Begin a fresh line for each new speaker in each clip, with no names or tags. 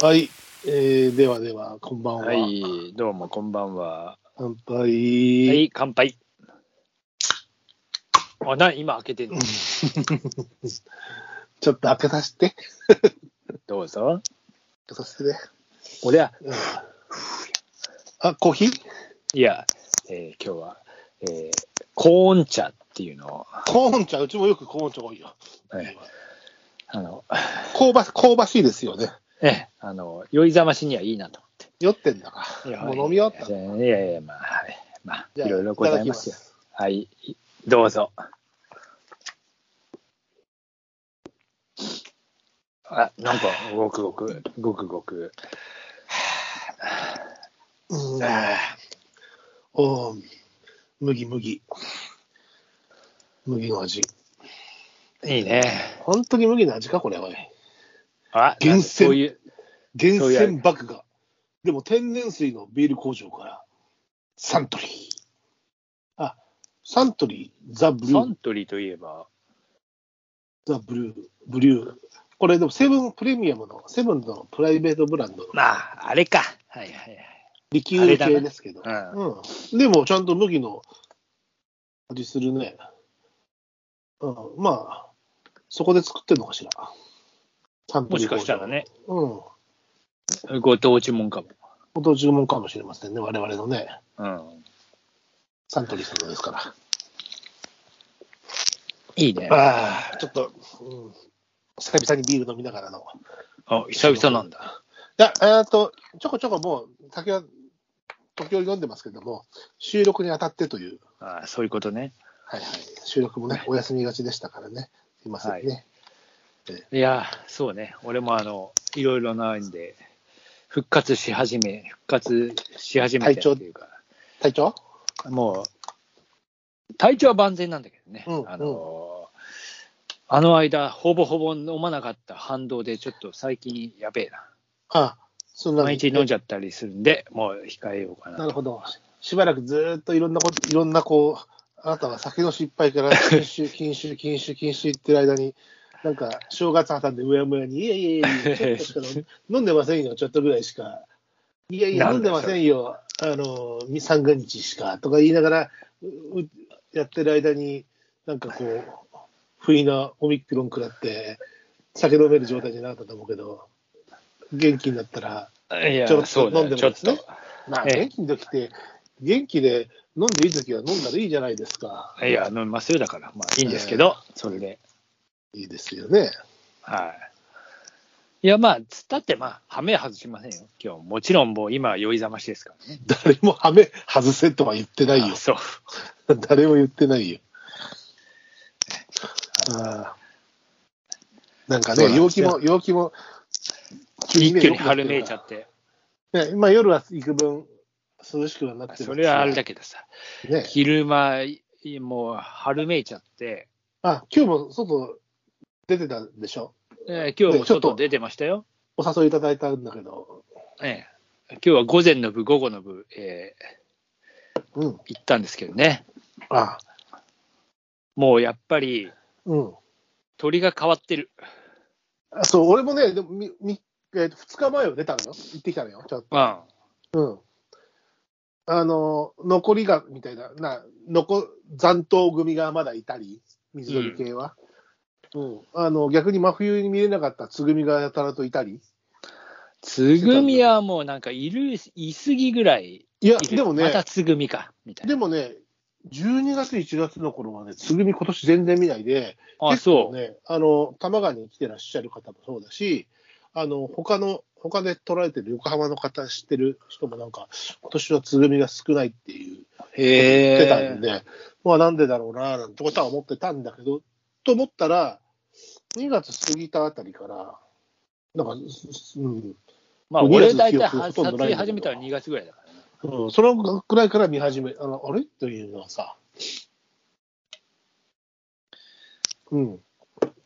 はい、えー、ではでは、こんばんは。
は。い、どうもこんばんは。
乾
は
杯。
い、乾杯。あ、な、今開けてんの。
ちょっと開けさせて。開
どうぞ。
けさせてね。
俺は、
うんあ、コーヒー
いや、えー今日は、えーコーン茶っていうのを、
コーン茶、うちもよくコーン茶多いよ。
はいあの、
香ば香ばしいですよね。
え、あの、酔いざましにはいいなと思っ
酔ってんだか
て。いや
ら。もう飲み終わった。
いやいや、まあ、はい。まあ、
じゃあ
いろいろございますよ
ただき。
はい、どうぞ。あ、なんか、ごくごく、ごくごく。
うんおー麦麦。麦の味。
いいね。
本当に麦の味か、これは。
あ、
厳選
そういう、
厳選麦芽。でも天然水のビール工場から、サントリー。あ、サントリー、ザ・ブル
サ
ー
ン、トリーといえば、
ザ・ブルー、ブリュー。これでもセブンプレミアムの、セブンのプライベートブランドの
まあ、あれか。はいはい
リキュール系ですけど。
はい。うん。
うん。でもちゃんと麦の味するね。うん、まあ、そこで作ってるのかしら。サント
も
リ
し
ー工場
かしたら。ね、
うん。
ご当地もんかも。
元注文かもしれませんね、我々のね。
うん。
サントリーさんのですから。
いいね。
ああ、ちょっと、うん、久々にビール飲みながらの。い
あ、久々なんだ。
や、えっと、ちょこちょこもう、酒は時折飲んでますけども、収録に当たってという、
あそういうことね。
はいはい、収録もね、お休みがちでしたからね、すいませんね。
いや、そうね。俺もあの、いろいろないんで、復活し始め、復活し始めたっていうか、
体調
もう、体調は万全なんだけどね。
うん
あの、あの間、ほぼほぼ飲まなかった反動で、ちょっと最近やべえな。
ああ、そんな
毎日飲んじゃったりするんで、もう控えようか
な
な。
るほど。しばらくずーっといろんなこと、いろんなこう、あなたは酒の失敗から禁 酒、禁酒、禁酒、禁酒言ってる間に、なんか正月挟んでうやむやに、いやいやいや、ちょっとしか飲ん 飲んでませんよ、ちょっとぐらいしか。いやいや、
な
飲
ん
んで
だよ
ませんよ、あの、み三が日しかとか言いながら、ううやってる間に、なんかこう、不意なオミクロン食らって、酒飲める状態じゃなかったと思うけど、元気になったら、
いや
ちょっと
そうだよ
飲んで
ちょ
も
っ
ですね
と。
まあ、
ええ
元気の時って、元気で飲んでいい時は飲んだらいいじゃないですか。
いや、飲みますよ、だから。まあ、いいんですけど、それで。
いいですよね。
はい。いや、まあ、つったって、まあ、はめ外しませんよ、今日。もちろん、もう今、酔いざましですからね。
誰もハメ外せとは言ってないよ
あ。そう。
誰も言ってないよ。あーなんか
そう
ね、
なん
陽
です
気
よ
も、陽気も、
一挙に春めいちゃ
っ
って。
て。ね、まあ夜は幾分涼しくはなってます
それはあれだけどさ、
けね。
昼間、もう春めいちゃって、
あ、今日も外出てたんでしょ
えー今日も
ねちょっと
外出てましたよ。
お誘いいただいたんだけど。
ええ今日は午前の部、午後の部、え
うん。
ー行ったんですけどね。
あ、
もうやっぱり、
うん。
鳥が変わってる。
あそう、俺もね、でもみみえーと2日前は出たのよ、行ってきたのよ、ちょっ
うん。
と。うん。あの、残りが、みたいな、な残残党組がまだいたり、水鳥系は。うんあの逆に真冬に見れなかったつぐみがやたらといたり。
つぐみはもうなんかいる、いすぎぐらい
いや、
いる
でも
ま
ね、
たつぐみか、みたいな。
でもね、12月、1月の頃はね、つぐみ今年全然見ないで、
あ、
結構
そう。
ね、あの、多摩川に来てらっしゃる方もそうだし、あの、他の、他で撮られてる横浜の方知ってる人もなんか、今年はつぐみが少ないっていう、
へ
出たんで、まあなんでだろうな、なんてことは思ってたんだけど、と思ったら、2月過ぎたあたりから、なんか、うん、
まあ、
2
俺
月の
大
記
体
憶ほ
は
とんど
撮
ないんだけど
影始めたら2月ぐらいだからね。
うん、そのくらいから見始め、あの、あれというのはさ、うん。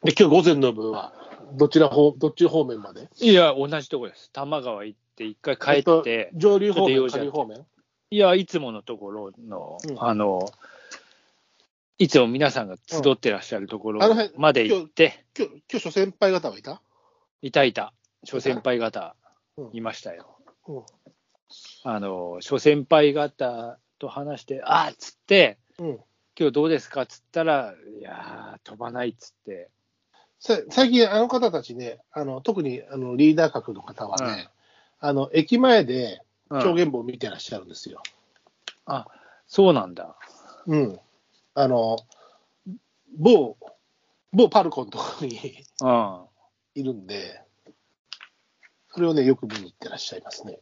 で、今日午前の部は、どちら方、どっち方面まで
いや、同じとこです。多摩川行って、一回帰っ
え
て、
と上流方
ちょ
面、下
っと用事あって
流方面
いや、いつものところの、
うん
あの、いつも皆さんが集ってらっしゃるとこ
うんあの
ろ
辺
まで行って、
今日、今日、諸先輩方はいた
いたいた、諸先輩方、
うん
いましたよ。
うん
あの、諸先輩方と話して、あーっつって、
うん、
今日どうですかっつったら、いやー、飛ばないっつって、
さ最近、あの方たちね、あの特にあのリーダー格の方はね、あの駅前で
うん
狂言棒見てらっしゃるんですよ。
あそうなんだ。
うん、あの某某パルコのところに
うん。あ
いるんで、それをね、よく見に行ってらっしゃいますね。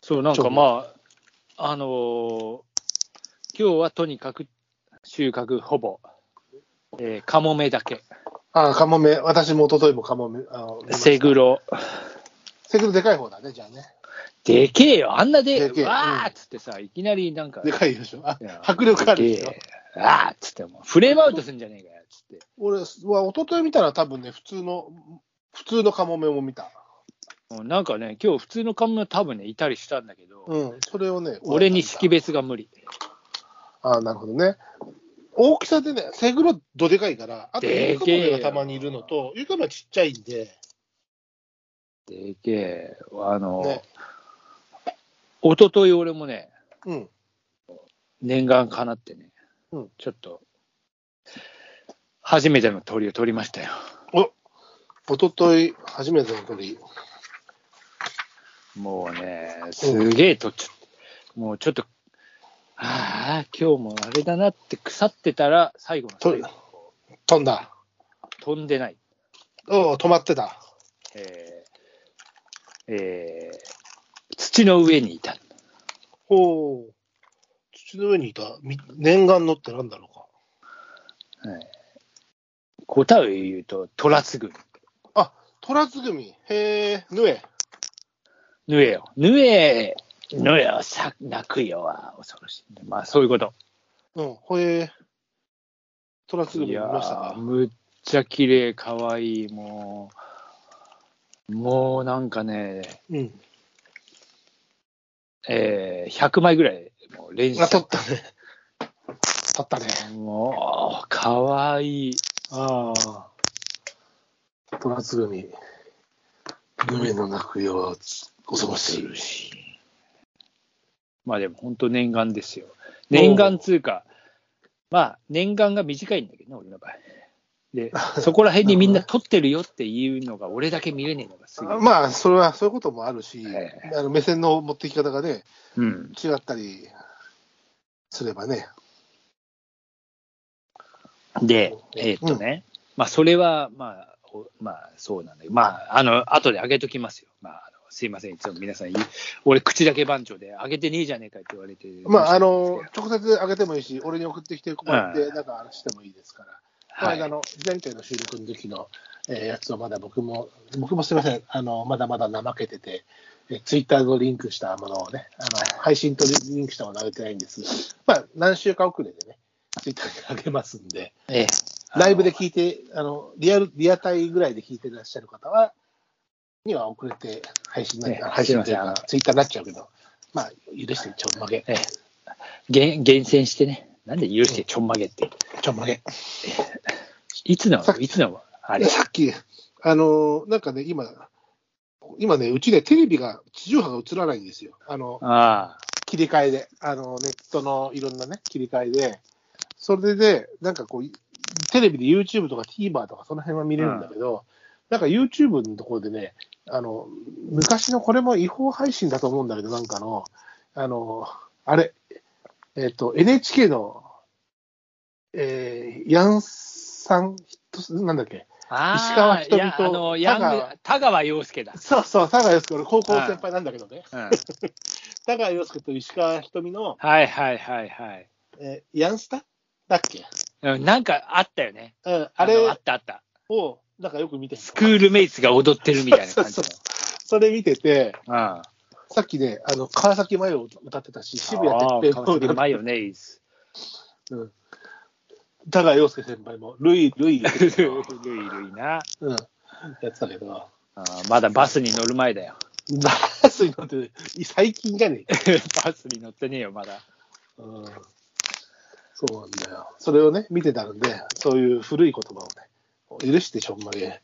そう、なん
ちょっ
か
と
まあ、あのー今日はとにかく収穫ほぼ、えーカモメだけ、
ああ、カモメ、私も一昨日もカモメ、あの見ました
セグロ、
セグロでかい方だね、じゃあね。
でけえよ、あんなで、
でけえ
わー
うん
っつってさ、いきなりなんか、
でかいでしょ。あ
いや
迫力あるでしょ。
でえわーっつって、もうフレームアウトすんじゃねえかよ、つって。
俺は一昨日見たら多分ね、普通の、普通のカモメも見た。
うんなんかね、今日普通のカモメ多分ね、いたりしたんだけど、
うん、それをね、
俺に識
別。
別が無理。
ああ、なるほどね。大きさでね、セグロどでかいから、あと
で
ユ
け
カ
え
モ
よ
メがたまにいるのと、ユカモメはちっちゃいんで、
でけえ、あの、
ね、
一昨日俺もね、
うん、
念願かなってね、
うん
ちょっと、初めての鳥を取りましたよ。
一昨日初めての鳥、
もうね、すげえ取っちゃった。もうちょっと、ああ、今日もあれだなって腐ってたら、最後の最後
飛んだ。
飛んでない。
おお、止まってた。
えーえー土の上にいた。
おお、土の上にいた、み念願のってなんだろうか。
答えを言うと、トラツグミ。
トラツグミ、へえ、ヌエ。
ぬえよ。ぬえ、ぬえよ、さ、泣くよは恐ろしい、まあ、そういうこと。
うん、ほえー、トラツグミ
い
見
や
ましたか
ー。むっちゃ綺麗可愛いもう、もうなんかね、
うん、
えー、100枚ぐらいもう練習
あ、。取ったね。取ったね。
もう、可愛い。
ああ。トラツグミ。夢の泣くよう、恐ろしい。
まあでも本当念願ですよ。念願つうか、まあ念願が短いんだけどね、俺の場合。で、そこら辺にみんな撮ってるよっていうのが、俺だけ見れねえのがすごい。
まあ、それは、そういうこともあるし、
え
あの目線の持っていき方がね、
うん。
違ったりすればね。
で、えーっとね、まあ、それは、まあ、おまあ、そうなんだけど、まあ、あの、後で上げときますよ。まあ、あのすいません、いつも皆さん、い俺、口だけ番長で、上げてねえじゃねえかって言われて。
まあ、あの、直接あげてもいいし、俺に送ってきてもらっ
う
て、
ん
なんか話してもいいですから。この
はい、
間の前回の収録の時の、えーやつをまだ僕も、僕もすみません、あのまだまだ怠けてて、えツイッター Twitter のリンクしたものをね、あの配信とリンクしたものを上げてないんですが、まあ、何週間遅れでね、ツイッターに上げますんで、
ええ
ライブで聞いて、あのリアルリアタイぐらいで聞いてらっしゃる方は、には遅れて配信になっ
ええ
ちゃう、配信という
すいませんあ
か
の、
ツイッターになっちゃうけど、まあ、許して、ちょんまげ、
ええ厳厳選してね、なんで許してちょんまげって、
ちょんまげ。
いつの
さっ、き
いつの、あ
で
れ、
さっき、あのーなんかね、今、今ね、うちでテレビが、地上波が映らないんですよ。あの、
ああ、
切り替えで、あの、ネットのいろんなね、切り替えで、それで、なんかこう、テレビで YouTube とか TVer とかその辺は見れるんだけど、なんか YouTube のところでね、あの、昔のこれも違法配信だと思うんだけど、なんかの、あの、あれ、えっ、と、NHK の、えー、ヤンさん、なんだっけ、
ああ
石川ひとみと
いやあのヤング
田川
田川洋介だ。
そうそう、佐賀洋介、俺、高校の先輩なんだけどね、
うん、
佐賀洋介と石川ひとみの、
はいはいはいはい
えーヤンスタだっけ、
うん。なんかあったよね。
うん、あ
あ
れ
れあったあった。
を、なんかよく見てる
スクールメイツが踊ってるみたいな感じ
そ
の
う。それ見てて、
うん
さっきね、あの川崎麻世を歌ってたし、渋谷
ああ
哲
川崎
平も、
マヨネーズ。
うん、佐賀洋介先輩も、ルイ、ルイ、
ルイルイな。
うん、やってたけど、
ああまだバスに乗る前だよ。
バラスに乗って、最近じゃねえか。
バスに乗ってねえよ、まだ。
うんそうなんだよ。それをね、見てたんで、そういう古い言葉をね、許してちょんまげ。